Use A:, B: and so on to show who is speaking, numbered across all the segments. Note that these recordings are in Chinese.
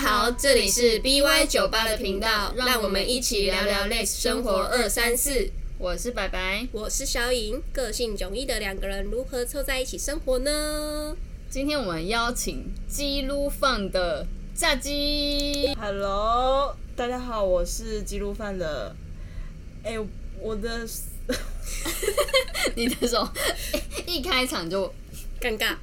A: 好，这里是 BY 酒吧的频道，让我们一起聊聊 Lex 生活二三四。
B: 我是白白，
A: 我是小颖，个性迥异的两个人如何凑在一起生活呢？
B: 今天我们邀请基撸放的炸鸡，
C: Hello，大家好，我是记录犯的。哎、我的
B: 你的手 一开场就
A: 尴尬，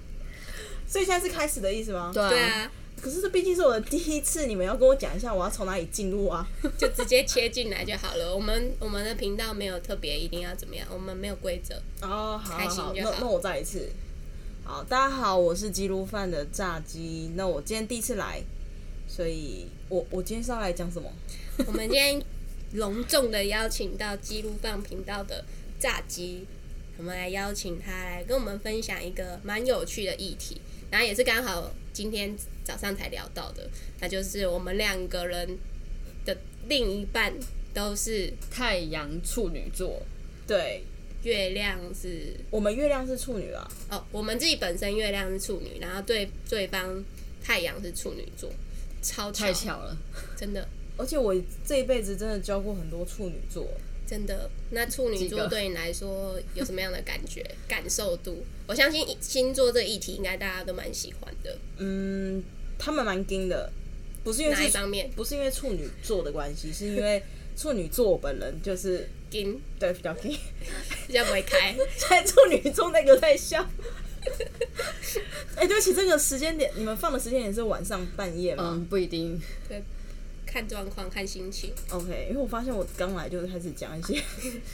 C: 所以现在是开始的意思吗？
B: 对。
A: 对啊，
C: 可是这毕竟是我的第一次，你们要跟我讲一下我要从哪里进入啊？
A: 就直接切进来就好了。我们我们的频道没有特别一定要怎么样，我们没有规则。
C: 哦，好
A: 开心
C: 好，
A: 就
C: 那
A: 好
C: 那我再一次。好，大家好，我是记录犯的炸鸡。那我今天第一次来，所以我我今天是要来讲什么？
A: 我们今天隆重的邀请到记录棒频道的炸鸡，我们来邀请他来跟我们分享一个蛮有趣的议题，然后也是刚好今天早上才聊到的，那就是我们两个人的另一半都是
B: 太阳处女座，
C: 对
A: 月亮是
C: 我们月亮是处女啊，
A: 哦，我们自己本身月亮是处女，然后对对方太阳是处女座，超巧，
B: 太巧了。
A: 真的
C: 而且我这一辈子真的交过很多处女座。
A: 真的，那处女
B: 几
A: 座
B: 个
A: 对你来说有什么样的感觉、 感受度？我相信星座这议题应该大家都蛮喜欢的。
C: 嗯，他们蛮精的，不是因为
A: 哪一
C: 是
A: 方面？
C: 不是因为处女座的关系，是因为处女座我本人就是
A: 金
C: 对比较 gay，
A: 比较不会 开，
C: 在处女座那个在笑。哎、对不起，这个时间点，你们放的时间点是晚上半夜吗、
B: 嗯，不一定。
A: 看状况、看心情。
C: o k 因为我发现我刚来就开始讲一些，
A: 没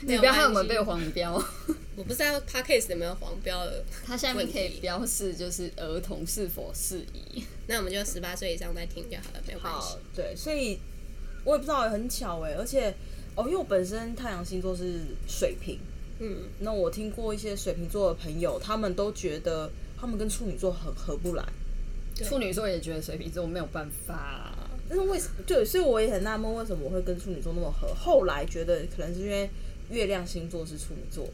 B: 你
A: 有
B: 不要害我
A: 关
B: 们
A: 系
B: 被黄标，
A: 我不知道 podcast 有没有黄标了，
B: 它下面可
A: 问
B: 以
A: 题
B: 标示就是儿童是否适宜。
A: 那我们就十八岁以上再听就好了，没有关系
C: 好。， 对，所以我也不知道，很巧哎、而且哦，因为我本身太阳星座是水瓶，
A: 嗯，
C: 那我听过一些水瓶座的朋友，他们都觉得他们跟处女座很合不来，
A: 对
B: 处女座也觉得水瓶座没有办法，
C: 但是为什么？对，所以我也很纳闷，为什么我会跟处女座那么合？后来觉得可能是因为月亮星座是处女座，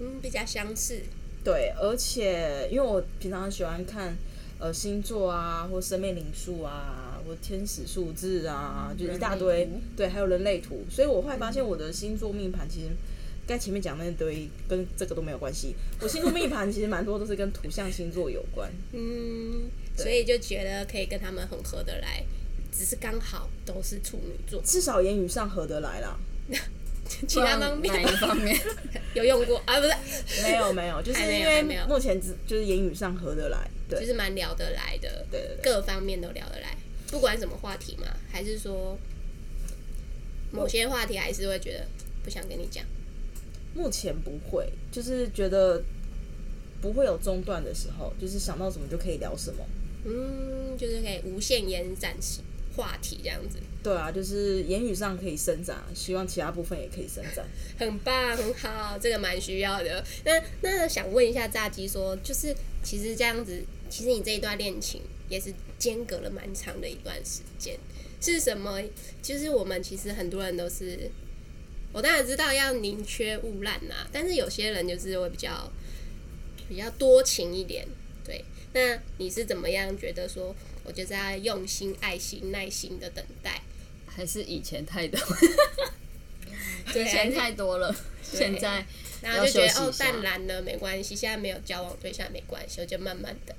A: 嗯，比较相似。
C: 对，而且因为我平常很喜欢看呃星座啊，或生命灵数啊，或天使数字啊，就一大堆
B: 人类图，
C: 对，还有人类图，所以我后来发现我的星座命盘其实。该前面讲那堆跟这个都没有关系。我星座命盘其实蛮多都是跟土象星座有关，
A: 嗯，所以就觉得可以跟他们很合得来，只是刚好都是处女座，
C: 至少言语上合得 来啦。
A: 其他方
B: 不
A: 面
B: 然哪一方面？
A: 有用过啊？不是，
C: 没有没有，就是
A: 还没
C: 因
A: 有还
C: 为
A: 没有
C: 目前只就是言语上合得来，对
A: 就，是蛮聊得来的，
C: 对对对
A: 各方面都聊得来，不管什么话题嘛，还是说某些话题还是会觉得不想跟你讲，
C: 目前不会，就是觉得不会有中断的时候，就是想到什么就可以聊什么。
A: 嗯，就是可以无限延展话题这样子，
C: 对啊，就是言语上可以伸展，希望其他部分也可以伸展。
A: 很棒，很好，这个蛮需要的。那那想问一下炸鸡说，就是其实这样子，其实你这一段恋情也是间隔了蛮长的一段时间，是什么？就是我们其实很多人都是，我当然知道要宁缺毋滥呐、但是有些人就是会比较比较多情一点，对。那你是怎么样觉得说，我就是要用心、爱心、耐心的等待？
B: 还是以前太多，
A: 对
B: 以前太多了，现在
A: 然后就觉得
B: 要休
A: 哦
B: 息一，下
A: 淡然了，没关系，现在没有交往对象没关系，我就慢慢的。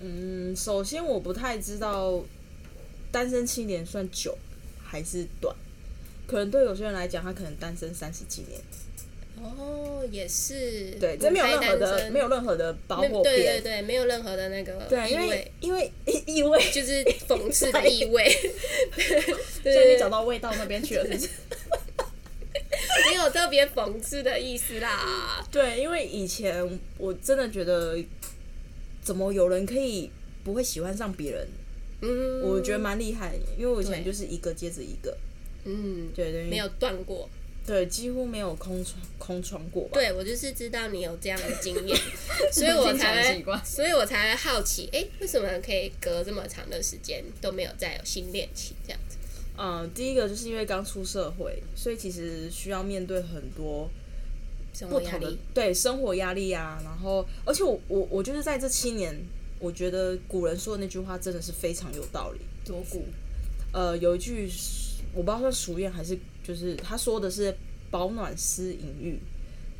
C: 嗯，首先我不太知道单身七年算久还是短，可能对有些人来讲，他可能单身三十几年，
A: 哦，也是，
C: 对，这没有任何
A: 母胎单
C: 的
A: 身
C: 没有任何的包
A: 没有
C: 或
A: 对对
C: 贬，
A: 对，没有任何的那个
C: 对，啊
A: 意
C: 因为
A: 味，
C: 因为意 味，
A: 就是讽刺的意 味。
C: 所以你找到味道那边去了，是不是？
A: 没有特别讽刺的意思啦。
C: 对，因为以前我真的觉得，怎么有人可以不会喜欢上别人？
A: 嗯，
C: 我觉得蛮厉害的，因为我以前
A: 对
C: 就是一个接着一个，
A: 嗯，
C: 对对，
A: 没有断过。
C: 对，几乎没有空窗空窗过吧？
A: 对我就是知道你有这样的经 验，所以我
B: 经常
A: 才
B: 习
A: 会，
B: 惯
A: 所以我才会好奇，哎、为什么可以隔这么长的时间都没有再有新恋情这样子？
C: 嗯、第一个就是因为刚出社会，所以其实需要面对很多
A: 生
C: 不
A: 活压
C: 同的
A: 力，
C: 对生活压力啊，然后而且我我我就是在这七年，我觉得古人说的那句话真的是非常有道理。
B: 多股
C: 呃，有一句我不知道算俗谚还是就是他说的是“保暖思淫欲”，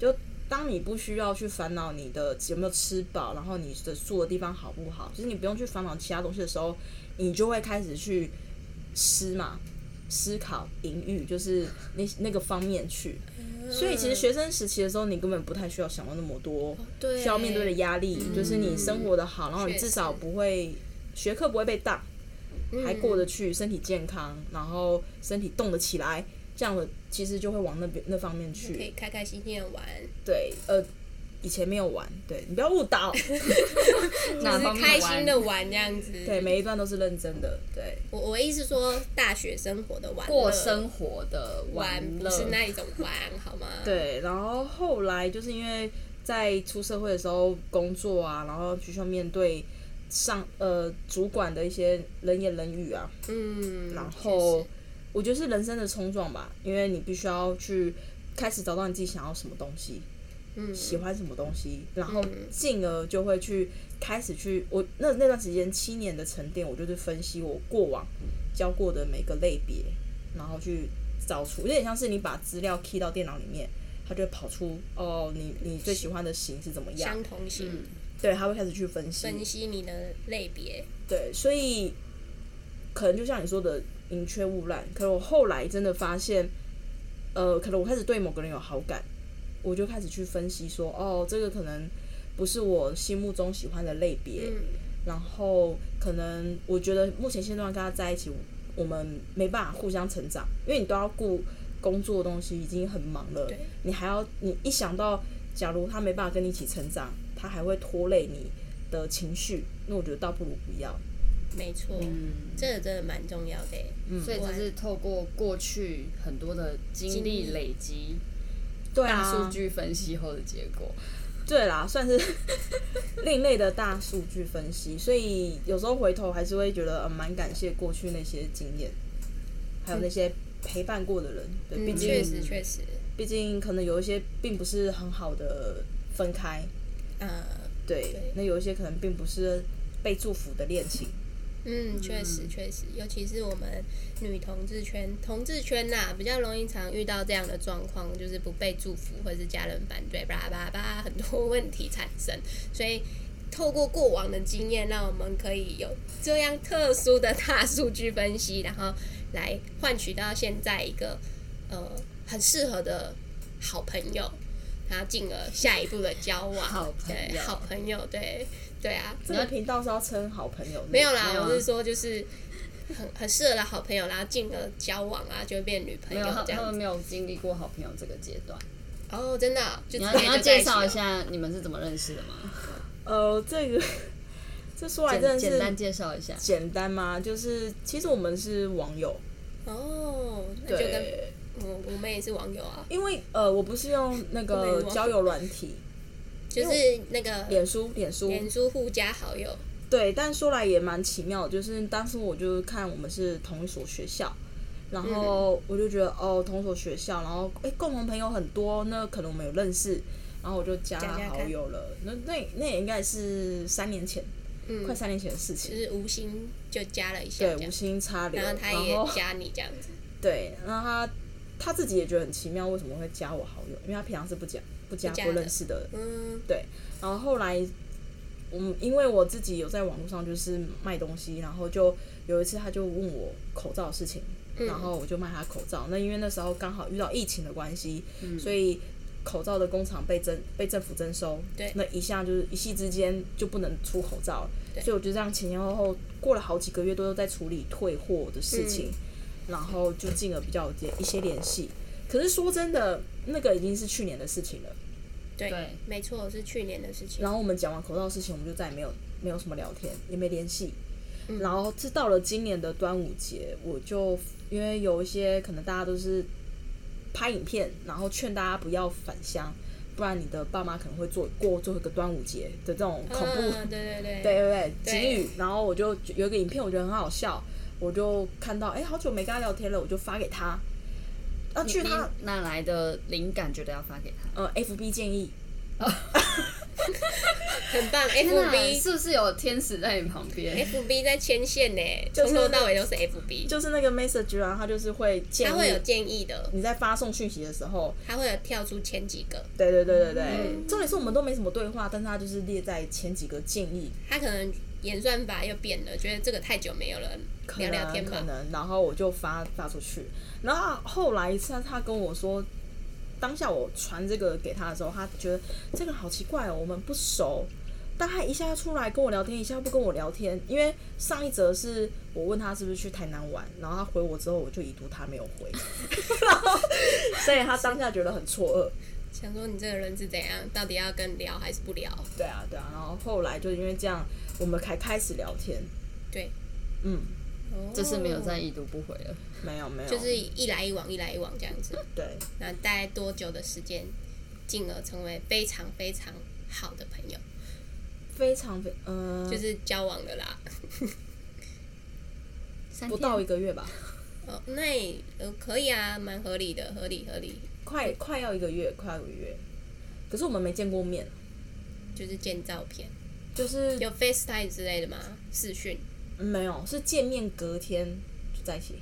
C: 就当你不需要去烦恼你的有没有吃饱，然后你的住的地方好不好，就是你不用去烦恼其他东西的时候，你就会开始去思嘛，思考淫欲，就是那那个方面去。所以其实学生时期的时候，你根本不太需要想到那么多
A: 哦对
C: 需要面对的压力，就是你生活的好，然后你
A: 确
C: 至少
A: 实
C: 不会学科不会被当。还过得
A: 嗯
C: 去，身体健康，然后身体动得起来，这样的其实就会往那边那方面
A: 可以
C: 去。
A: 开开心心的玩，
C: 对，呃，以前没有玩，对你不要 误导，
B: 哪
A: 就
B: 方
A: 是
B: 面
A: 开
B: 玩
A: 心的玩这样子。
C: 对，每一段都是认真的，对，
A: 我我的意思说，大学生活的玩乐
B: 过生活的玩
A: 嗯玩不
B: 乐，
A: 是那一种玩，好吗？，
C: 对，然后后来就是因为在出社会的时候工作啊，然后必须要面对上呃主管的一些冷言冷语啊，
A: 嗯，
C: 然
A: 确
C: 后
A: 实
C: 我觉得是人生的冲撞吧，因为你必须要去开始找到你自己想要什么东西，
A: 嗯
C: 喜欢什么东西，然后
A: 嗯
C: 进而就会去开始去我那那段时间七年的沉淀，我就去分析我过往教过的每个类别，然后去找出有点像是你把资料 key 到电脑里面，它就会跑出哦，你你最喜欢的型是怎么样
A: 相？同性、
C: 对，它会开始去分析，
A: 分析你的类别，
C: 对，所以可能就像你说的，宁缺毋滥。可能我后来真的发现，呃，可能我开始对某个人有好感，我就开始去分析说，哦，这个可能不是我心目中喜欢的类别，
A: 嗯
C: 然后可能我觉得目前现段跟他在一起，我们没办法互相成长，因为你都要顾工作的东西，已经很忙了
A: 对，
C: 你还要你一想到，假如他没办法跟你一起成长，他还会拖累你的情绪，那我觉得倒不如不要。
A: 没错，
B: 嗯
A: 这个真的蛮重要的耶。欸
C: 嗯
B: 所以才是透过过去很多的经历
A: 经历
B: 累积、
C: 对
A: 嗯
B: 大
C: 啊，
B: 数据分析后的结果。
C: 对啦，算是 另类的大数据分析，所以有时候回头还是会觉得呃蛮、感谢过去那些经验，还有那些陪伴过的人。对，毕
A: 嗯，
C: 竟
A: 确实确实，
C: 毕竟可能有一些并不是很好的分开，
A: 呃，
C: 对，
A: 对
C: 那有一些可能并不是被祝福的恋情。
A: 嗯，确实确实，尤其是我们女同志圈、同志圈呐、比较容易常遇到这样的状况，就是不被祝福，或者是家人反对，巴拉巴拉巴拉，很多问题产生。所以，透过过往的经验，让我们可以有这样特殊的大数据分析，然后来换取到现在一个呃很适合的好朋友，然后进而下一步的交往。
B: 好朋友
A: 对，好朋友，对，对啊，
C: 这个频道是要称好朋友，
A: 没有啦，
B: 没有啊
A: 我是说就是很很适合的好朋友，然后进而交往啊，就会变女朋
B: 没
A: 友
B: 有，他
A: 这
B: 他
A: 样
B: 们
A: 子。
B: 没有经历过好朋友这个阶段。
A: 哦，真的哦、就
B: 你
A: 直
B: 要
A: 接
B: 你要
A: 就在
B: 介
A: 起
B: 绍一
A: 了，
B: 下你们是怎么认识的吗？
C: 呃，这个这说来真
B: 简
C: 的是
B: 简单介绍一下。
C: 简单吗？就是其实我们是网友，
A: 哦，那就跟
C: 对，
A: 我我们也是网友啊，
C: 因为呃，我不是用那
A: 我们
C: 个
A: 也忘了
C: 交友软体，
A: 就是那个
C: 脸书，脸书，
A: 脸书互加好友，
C: 对，但说来也蛮奇妙的，就是当时我就看我们是同一所学校，然
A: 嗯
C: 后我就觉得、哦，同一所学校，然后哎，共同朋友很多，那可能我们有认识，然后我就加
A: 加加
C: 好
A: 看
C: 友了。那那那也应该是三年前，
A: 嗯，
C: 快三年前的事情
A: 就。是无心就加了一下
C: 对，
A: 这
C: 无
A: 样，
C: 心插柳，
A: 然
C: 然
A: 后他也加你这样子，
C: 对，然后他他自己也觉得很奇妙，为什么会加我好友？因为他平常是不讲、不加、
A: 不加
C: 不
A: 的
C: 认识的人。
A: 嗯，
C: 然后后来，嗯，因为我自己有在网络上就是卖东西，然后就有一次他就问我口罩的事情，
A: 嗯
C: 然后我就卖他口罩。那因为那时候刚好遇到疫情的关系，
A: 嗯
C: 所以口罩的工厂被征被政府征收，
A: 对
C: 那一下就是一夕之间就不能出口罩了，
A: 对
C: 所以我就这样前前后后过了好几个月，都在处理退货的事情，
A: 嗯
C: 然后就进而比较有一些联系。可是说真的，那个已经是去年的事情了。
A: 对，
B: 对
A: 没错，是去年的事情，
C: 然后我们讲完口罩的事情，我们就再也没有没有什么聊天，也没联系。然后是到了今年的端午节，我就因为有一些可能大家都是拍影片，然后劝大家不要返乡，不然你的爸妈可能会做过最后一个端午节的这种恐怖、
A: 嗯，对对对，
C: 对对对，
A: 对
C: 警语。然后我就有一个影片，我觉得很好笑，我就看到哎、好久没跟他聊天了，我就发给他。啊，
B: 你
C: 去他
B: 你哪来的灵感觉得要发给他？
C: 呃 FB 建议，
A: 很棒
B: 天哪，哎
A: ，FB
B: 是不是有天使在你旁边？
A: FB 在牵线呢，
C: 就是
A: 从头到尾都是 FB，
C: 就是那个 message 啊，它就是会建
A: 它会有
C: 议
A: 建议的，
C: 你在发送讯息的时候，
A: 它会有跳出前几个，
C: 对对对对对，
A: 嗯
C: 重点是我们都没什么对话，但是它就是列在前几个建议，
A: 它可能演算法又变了，觉得这个太久没有了，
C: 可
A: 聊
C: 能
A: 聊天
C: 可
A: 吧。
C: 能，然后我就发发出去，然后后来一次他跟我说，当下我传这个给他的时候，他觉得这个人好奇怪哦，我们不熟，但他一下出来跟我聊天，一下不跟我聊天，因为上一则是我问他是不是去台南玩，然后他回我之后，我就已读他没有 回，然后所以他当下觉得很错愕，
A: 想说你这个人是怎样，到底要跟聊还是不聊？
C: 对啊对啊，然后后来就因为这样，我们才开始聊天，
A: 对，
C: 嗯，
B: 就是没有再，已读不回了。
C: 没有没有，
A: 哦就是一来一往，一来一往这样子。
C: 对。
A: 那大概多久的时间，进而成为非常非常好的朋友，
C: 非常非呃，
A: 就是交往了啦。
B: 三
C: 不
B: 天
C: 到一个月吧，
A: 哦，那也呃可以啊，蛮合理的，合理合理，
C: 快快要一个月，快要一个月。可是我们没见过面，
A: 就是见照片，
C: 就是
A: 有 FaceTime 之类的吗？视讯
C: 没有，是见面隔天就在一起。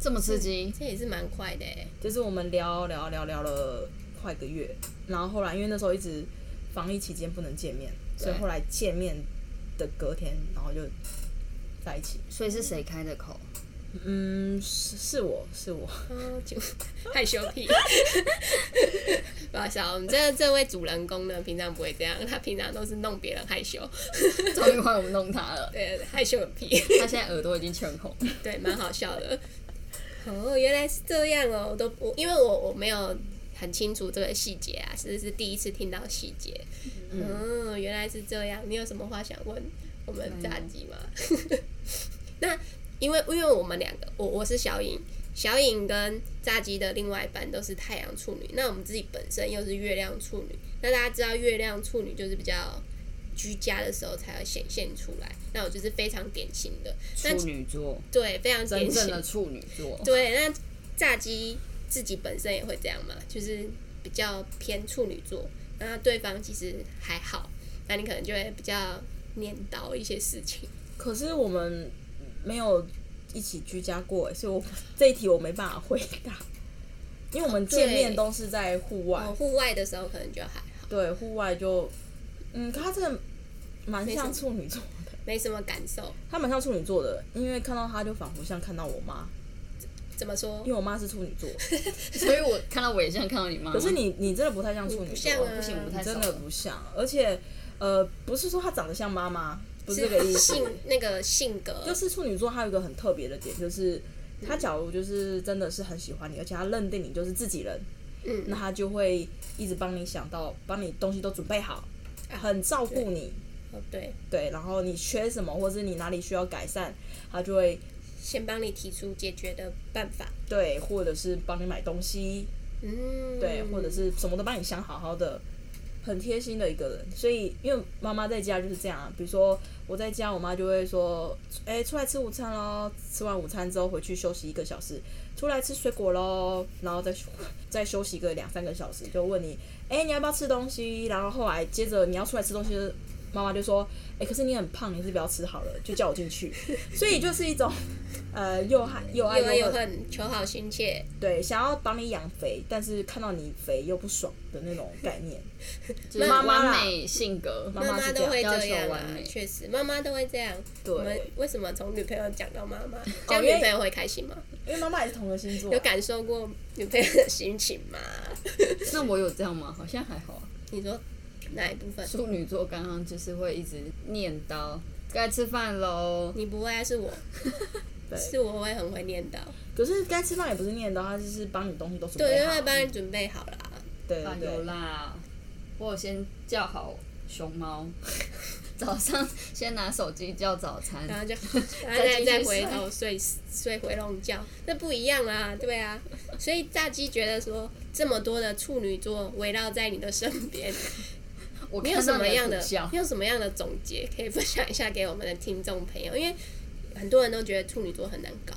B: 这么刺激，
A: 这也是蛮快的欸
C: 就是我们聊聊聊聊了快一个月，然后后来因为那时候一直防疫期间不能见面，所以后来见面的隔天，然后就在一起。
B: 所以是谁开的口？
C: 嗯，是是我是我，
A: 哦，就害羞屁。不好意思啊，我们这这位主人公呢，平常不会这样，他平常都是弄别人害羞，
B: 终于换我们弄他了，
A: 对，害羞个屁。
B: 他现在耳朵已经全红。
A: 对，蛮好笑的。 哦，原来是这样哦，我都我因为我我没有很清楚这个细节啊，是是第一次听到细节。嗯、原来是这样。你有什么话想问我们
B: 嗯
A: 炸鸡吗？ 那因为因为我们两个，我我是小颖，小颖跟炸鸡的另外一半都是太阳处女，那我们自己本身又是月亮处女。那大家知道月亮处女就是比较居家的时候才会显现出来，那我就是非常典型的。那
B: 处女座，
A: 对，非常
B: 真
A: 典
B: 正
A: 型
B: 的处女座，
A: 对，那炸鸡自己本身也会这样嘛，就是比较偏处女座，那对方其实还好，那你可能就会比较念叨一些事情。
C: 可是我们没有一起居家过，所以我这一题我没办法回答，因为我们见面
A: 对
C: 都是在户外
A: 哦，。户外的时候可能就还好，
C: 对，户外就，嗯，他真的蛮像处女座的，
A: 没什么感受。
C: 他蛮像处女座的，因为看到他就仿佛像看到我妈，
A: 怎么说
C: 因？为我妈是处女 座，
B: 所以我看到我也像看到你妈妈。
C: 可是你你真的不太像处
A: 不
C: 女
A: 像
C: 座，
A: 啊，
B: 不行我不太
C: 你真的不像，而且呃，不是说她长得像妈妈，不是这个意思，
A: 性那个性格，
C: 就是处女座她有一个很特别的点，就是她假如就是真的是很喜欢你，而且她认定你就是自己人，
A: 嗯
C: 那她就会一直帮你想到，帮你东西都准备好，
A: 啊
C: 很照顾你。
A: 哦对，
C: 对，然后你缺什么，或是你哪里需要改善，他就会
A: 先帮你提出解决的办法。
C: 对，或者是帮你买东西，
A: 嗯，
C: 对，或者是什么都帮你想好好的，很贴心的一个人。所以，因为妈妈在家就是这样啊，比如说我在家，我妈就会说：“哎、出来吃午餐喽！”吃完午餐之后回去休息一个小时，出来吃水果喽，然后再休 再休息个两三个小时，就问你：“哎、你要不要吃东西？”然后后来接着你要出来吃东西，妈妈就说：“哎、可是你很胖，你是不要吃好了。”就叫我进去，所以就是一种呃又爱又爱
A: 又爱又
C: 恨。
A: 啊恨，求好心切。
C: 对，想要帮你养肥，但是看到你肥又不爽的那种概 念。
B: 就是
C: 妈妈啦
B: 完美性格，
C: 妈
A: 妈
C: 妈
A: 妈
C: 是
A: 都会
B: 这样
A: 这
B: 要
A: 样
B: 求
A: 啊
B: 完美，
A: 确实，妈妈都会这样。
C: 对
A: 我们为什么从女朋友讲到妈 妈？讲
C: 因
A: 哦女
C: 为
A: 朋友会开心吗？
C: 因为妈妈也是同个星座啊、
A: 有感受过女朋友的心情吗？
B: 那我有这样吗？好像还好啊。
A: 你说哪一部分？
B: 处女座刚刚就是会一直念叨，该吃饭喽。
A: 你不会啊，是 我，
C: 对
A: 是我会很会念叨，
C: 可是该吃饭也不是念叨，他就是帮你东西都准
A: 对，
C: 备
A: 因
C: 好
A: 为。帮你准备好了啊。
C: 对
B: 啊，
C: 对
B: 有
C: 对，
B: 啦，我有先叫好熊猫，早上先拿手机叫早餐，
A: 然后 就，然后再
B: 继续
A: 再回
B: 睡
A: 头睡睡回笼觉，那不一样啦，对啊。所以炸鸡觉得说，这么多的处女座围绕在你的身边，
B: 我
A: 你
B: 看
A: 有什
B: 到
A: 么
B: 你
A: 样的
B: 苦笑，
A: 你有什么样的总结可以分享一下给我们的听众朋友？因为很多人都觉得处女座很难搞，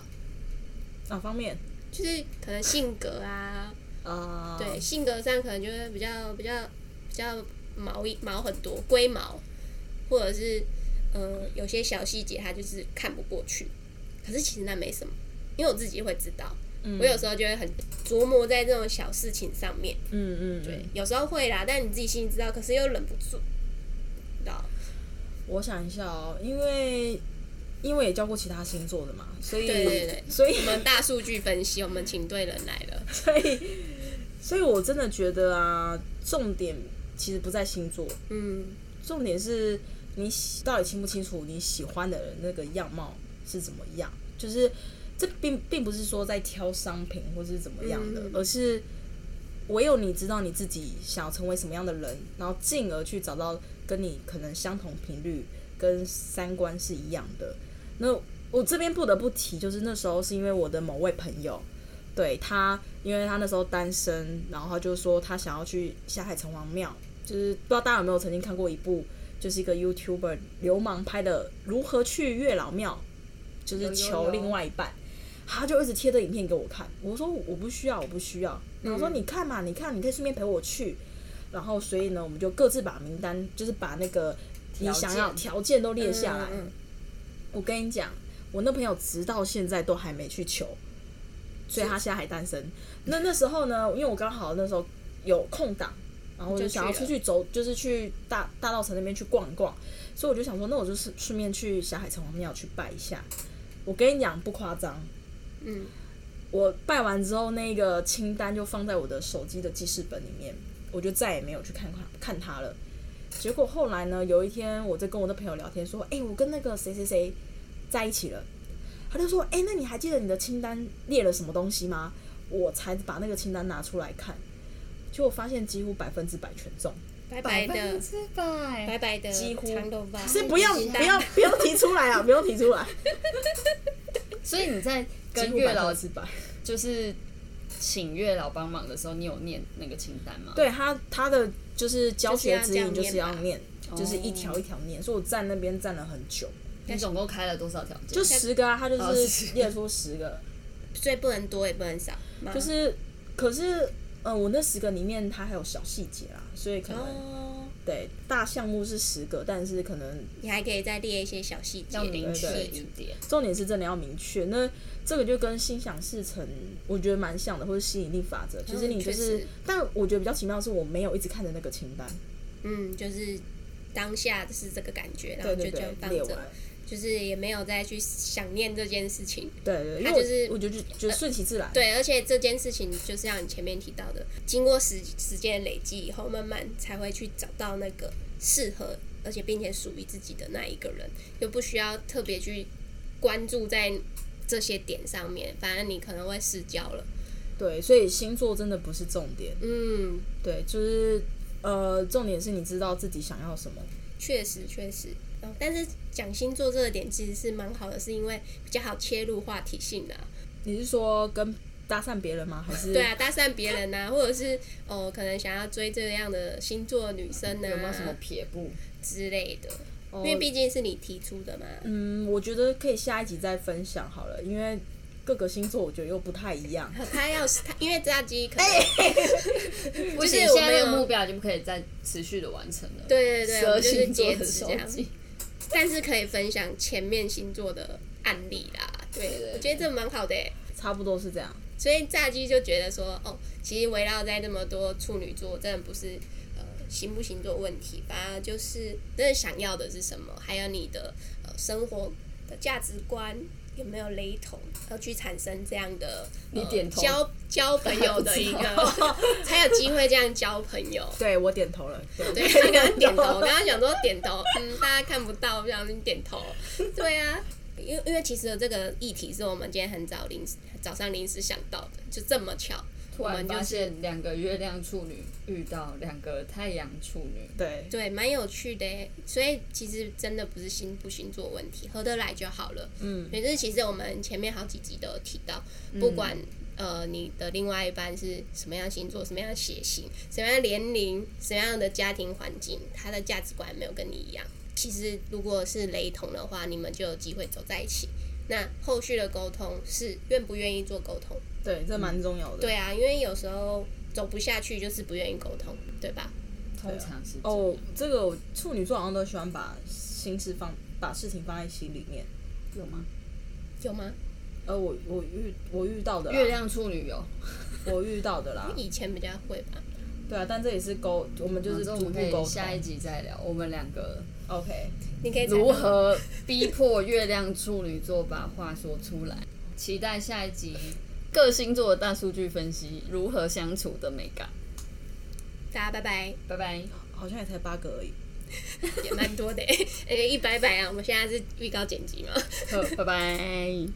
C: 哪方面？
A: 就是可能性格啊，
C: 啊、
A: 哦对，性格上可能就会比较比较比较毛一毛很多龟毛，或者是呃有些小细节他就是看不过去，可是其实那没什么，因为我自己会知道，
C: 嗯
A: 我有时候就会很琢磨在这种小事情上面，
C: 嗯嗯，对
A: 对，有时候会啦，但你自己心里知道，可是又忍不住，你知道，
C: 我想一下哦，因为因为也教过其他星座的嘛，所以
A: 对对对
C: 所以
A: 我们大数据分析，我们请对人来了，
C: 所以所以我真的觉得啊，重点其实不在星座，
A: 嗯，
C: 重点是你喜到底清不清楚你喜欢的人那个样貌是怎么样，就是这并并不是说在挑商品或是怎么样的，
A: 嗯
C: 而是唯有你知道你自己想要成为什么样的人，然后进而去找到跟你可能相同频率跟三观是一样的。那我这边不得不提，就是那时候是因为我的某位朋友。对他，因为他那时候单身，然后他就说他想要去下海城隍庙，就是不知道大家有没有曾经看过一部，就是一个 YouTuber 流氓拍的如何去月老庙，就是
B: 有有
C: 求
B: 有
C: 另外一半，他就一直贴着影片给我看，我说我不需要，我不需要，然后
B: 嗯
C: 说你看嘛，你看，你可以顺便陪我去，然后所以呢，我们就各自把名单，就是把那个你
B: 条
C: 想要
B: 件
C: 条件都列下来，
A: 嗯嗯
C: 我跟你讲，我那朋友直到现在都还没去求，所以他现在还单身。那那时候呢，因为我刚好那时候有空档，然后我就
A: 就去
C: 想要出去走，就是去大大道城那边去逛一逛，所以我就想说，那我就是顺便去霞海城隍庙去拜一下。我跟你讲，不夸张，
A: 嗯
C: 我拜完之后，那个清单就放在我的手机的记事本里面，我就再也没有去看看看它了。结果后来呢，有一天我在跟我的朋友聊天，说：“哎、我跟那个谁谁谁在一起了。”他就说：“哎、那你还记得你的清单列了什么东西吗？”我才把那个清单拿出来看，结果发现几乎百分之百全中。
A: 拜拜
B: 百
A: 的
B: 分。之百，
A: 白白的
C: 几乎
A: 长头发，
C: 是不用
A: 鸡
C: 不
A: 蛋
C: 用不用提出来啊，不用提出来，
B: 所以你在
C: 几
B: 跟
C: 乎
B: 月
C: 百
B: 老
C: 分之百。
B: 就是请月老帮忙的时候，你有念那个清单吗？，
C: 对他他的就是教学指引就
A: 就是是
C: 要
A: 要
C: 念，就是一
A: 哦
C: 条一条念，所以我站那边站了很久，
B: 你总共开了多少条件？
C: 就十个啊，他就
B: 哦十
C: 是
B: 个
C: 列出十个，
A: 所以不能多也不能少嘛，
C: 就是可是呃我那十个里面它还有小细节啦，所以可能、
A: 哦，
C: 对大项目是十个，但是可能
A: 你还可以再列一些小细节，
B: 要明确
C: 对
B: 一点。
C: 重点是真的要明确。那这个就跟心想事成，我觉得蛮像的，或者吸引力法则。其实你就
A: 哦确
C: 是
A: 实，
C: 但我觉得比较奇妙的是，我没有一直看着那个清单，
A: 嗯，就是当下是这个感觉，然后
C: 对
A: 就
C: 对
A: 这样
C: 对，
A: 放
C: 列
A: 着
C: 完，，
A: 就是也没有再去想念这件事情。
C: 对对，因为
A: 它
C: 我
A: 就是呃
C: 我觉得就觉得顺其自然，
A: 对，而且这件事情就是像你前面提到的，经过时时间累积以后，慢慢才会去找到那个适合，而且并且属于自己的那一个人，又不需要特别去关注在这些点上面，反正你可能会失焦了。
C: 对，所以星座真的不是重点，
A: 嗯，
C: 对，就是呃，重点是你知道自己想要什么。
A: 确实确实，嗯但是讲星座这个点其实是蛮好的，是因为比较好切入话题性的啊、
C: 你是说跟搭讪别人吗？还是
A: 对啊，搭讪别人啊，或者是哦，可能想要追这样的星座的女生啊，
B: 有没有什么撇步？
A: 之类的？
C: 哦
A: 因为毕竟是你提出的嘛。
C: 嗯，我觉得可以下一集再分享好了，因为各个星座我觉得又不太一样。
A: 可他要是他，因为炸鸡可能、
B: 哎 不
A: 是
B: 行，
A: 我
B: 现在
A: 没
B: 这个
A: 有
B: 目标已经不可以再持续的完成了。，
A: 对对对，
B: 十
A: 我
B: 二
A: 们就是
B: 星座
A: 截
B: 的
A: 止
B: 手
A: 这样，
B: 机，
A: 但是可以分享前面星座的案例啦。对，
B: 对对
A: 我觉得这蛮好的欸、
C: 差不多是这样。
A: 所以炸鸡就觉得说，哦，其实围绕在这么多处女座，真的不是呃行不行做问题，反而就是真的想要的是什么，还有你的呃生活的价值观有没有雷同，要去产生这样的、呃
B: 你点头
A: 交交朋友的一个， 才有机会这样交朋友。
C: 对我 点头了，对
A: 对，他刚刚点头，我刚刚想说点头，嗯，大家看不到，我不小心点头。对啊，因为因为其实这个议题是我们今天很早临时早上临时想到的，就这么巧，
B: 突
A: 我
B: 然
A: 们就
B: 发
A: 是
B: 现两个月亮处女遇到两个太阳处女，
C: 对
A: 对，蛮有趣的耶。所以其实真的不是星不星座问题，合得来就好了。
C: 嗯，
A: 也就是其实我们前面好几集都有提到，不管、呃你的另外一半是什么样星座、什么样的血型、什么样的年龄、什么样的家庭环境，他的价值观没有跟你一样。其实如果是雷同的话，你们就有机会走在一起。那后续的沟通是愿不愿意做沟通？啊
C: 对，这蛮重要的。啊
A: 对啊，因为有时候走不下去就是不愿意沟通，对吧？
B: 通常是这样
C: 哦，这个我处女座好像都喜欢把心事放，把事情放在心里面。
B: 有吗？
A: 有吗？
C: 呃，我我遇我遇到
A: 啊
C: 的啦
B: 月亮处女有，
C: 我遇到的啦，
A: 以前比较会吧。
C: 对啊，但这也是沟，我们就是
B: 反正哦我
C: 逐步
B: 们可以
C: 沟
B: 下一
C: 通。
B: 集再聊，我们两 个
C: OK，
A: 你可以采
B: 如
A: 访
B: 何逼迫月亮处女座把话说出来。期待下一集各星座的大数据分析如何相处的美感。
A: 大家拜拜，
B: 拜拜。
C: 好像也才八个而已。
A: 呃也蛮多的、欸，一百百啊！我们现在是预告剪辑嘛。
B: 好，拜拜。